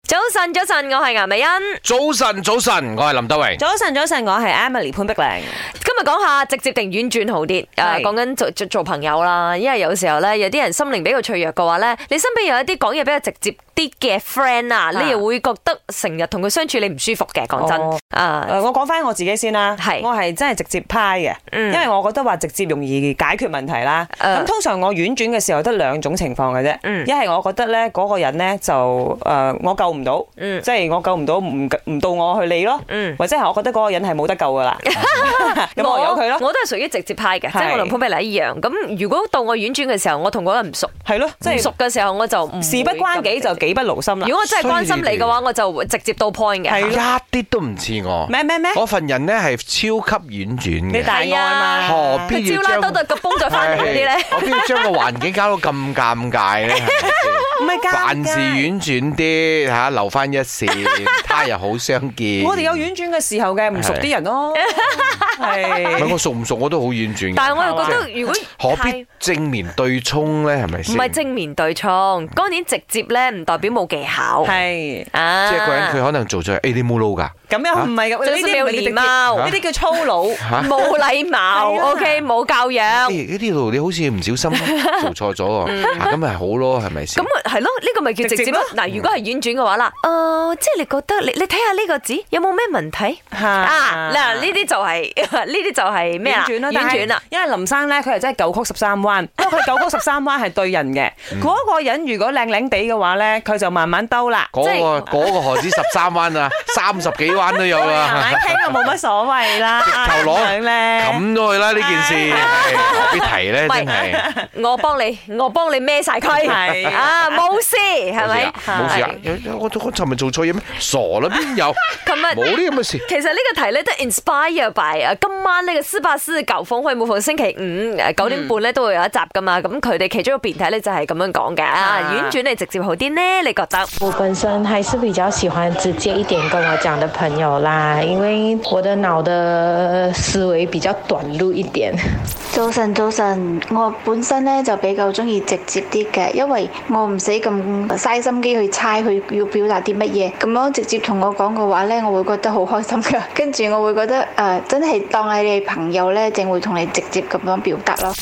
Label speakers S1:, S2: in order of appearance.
S1: 晨，早晨，我係顏美欣。
S2: 早晨，早晨，我係林德榮。
S3: 早晨，早晨，我係 Emily 潘碧玲。
S1: 今日講下直接定婉轉好啲。誒，
S3: 係
S1: 講緊做做做朋友啦，因為有時候咧，有啲人心靈比較脆弱嘅話咧，你身邊有一啲講嘢比較直接啲嘅 friend 啊，你又會覺得成日同佢相處你唔舒服嘅。講真
S3: 哦，
S1: 啊，
S3: 誒，我講翻我自己先啦，
S1: 係
S3: 我係真係直接派嘅，
S1: 嗯
S3: 因為我覺得話直接容易解決問題啦。
S1: 誒
S3: 咁通常我婉轉嘅時候得兩種情況嘅啫，
S1: 嗯
S3: 一係我覺得咧嗰個人咧就誒我救唔到，
S1: 嗯
S3: 即係我救唔到，唔唔到我去理咯，
S1: 嗯。
S3: 或者係我覺得嗰個人係冇得 救噶啦，咁我由佢咯。
S1: 我都係屬於直接派嘅，即
S3: 係
S1: 係我同潘美麗一樣。咁如果到我婉轉嘅時候，我同嗰個人唔熟，
S3: 係咯，即
S1: 唔
S3: 係
S1: 熟嘅時候我就唔
S3: 事不關己就
S1: 會咁直接
S3: 己不勞心啦
S1: 如。果我真係關心你嘅話，
S2: 衰
S1: 我就直接到 point 嘅。
S3: 係
S2: 一啲都唔似我，
S3: 咩咩咩？
S2: 我份人咧係超級婉轉
S3: 你
S2: 嘅，
S3: 大愛嘛？
S2: 何必
S1: 佢招啦，兜到個崩咗翻嚟嗰啲咧。
S2: 係我邊要將個環境搞到咁尷尬咧？係咪先
S3: 唔係 㗎，
S2: 凡事婉轉啲嚇，留翻一線，他日好相見。
S3: 我哋有婉轉嘅時候嘅，唔熟啲人咯，
S2: 唔係
S3: 係
S2: 我熟唔熟我都好婉轉嘅。
S1: 但係我又覺
S2: 即係
S1: 得，如果
S2: 何
S1: 太
S2: 必正面對沖咧？係咪
S1: 唔
S2: 先？
S1: 係正面對沖，當然直接咧唔代表冇技巧。
S3: 係
S1: 啊，
S2: 即係一個人佢可能做咗 A D 冇撈㗎。
S3: 咁又唔係咁，
S1: 就
S3: 呢
S1: 是
S3: 啲
S1: 冇
S3: 唔係
S1: 禮貌
S3: 呢啲叫粗 魯。
S1: 冇禮貌
S3: 係啊
S1: ，OK，冇教養。
S2: 呢哎呢度你好似唔小心 做錯咗喎，啊咁咪好咯，係咪先
S1: 嗯咁？係咯，呢個咪叫直接咯。嗱，如果係婉轉嘅話啦，誒，即係你覺得你你睇下呢個字有冇咩問題
S3: 嚇
S1: 啊？嗱，呢啲就係 呢啲就係咩啊？
S3: 婉轉啦，
S1: 婉轉啦。，
S3: 因為林生咧，佢係真係九曲十三 彎，不過佢九曲十三彎係對人嘅。
S2: 嗯
S3: 嗰個人如果靚靚地嘅話咧，佢就慢慢兜啦，
S2: 嗰、
S1: 即係
S2: 個嗰個何止十三 彎啊，三十幾彎都有
S3: 慢
S2: 啊
S3: 慢，哎聽就冇乜所謂啦。
S1: 啊
S2: 直頭攞
S3: 咁樣咧，
S2: 冚咗佢啦呢件事，係何必提咧？
S1: 唔係
S2: 真係
S1: 我幫你，我幫你孭晒佢，
S3: 係
S1: 啊，冇事係咪？
S2: 冇事啊
S1: 係！
S2: 有有我我尋日做錯嘢咩？傻啦，邊有？
S1: 琴日
S2: 冇呢咁嘅事。
S1: 其實呢個題咧都 inspire by 啊，今晚呢個斯巴斯舊風可以每逢星期五誒九點半咧都會有一集噶嘛，咁佢哋其中一個辯題咧就係咁樣講嘅，
S3: 啊
S1: 婉轉你直接好啲呢？你覺得？
S4: 我本身还是比较喜欢直接一点跟我讲的朋友啦，因为我的脑的思维比较短路一点。
S5: 早晨，早晨，我本身咧就比較中意直接啲嘅，因為我唔使咁嘥心機去猜佢要表達啲乜嘢，咁樣直接同我講嘅話咧，我會覺得好開心噶，跟住我會覺得誒、呃真係當係你朋友咧，正會同你直接咁樣表達咯。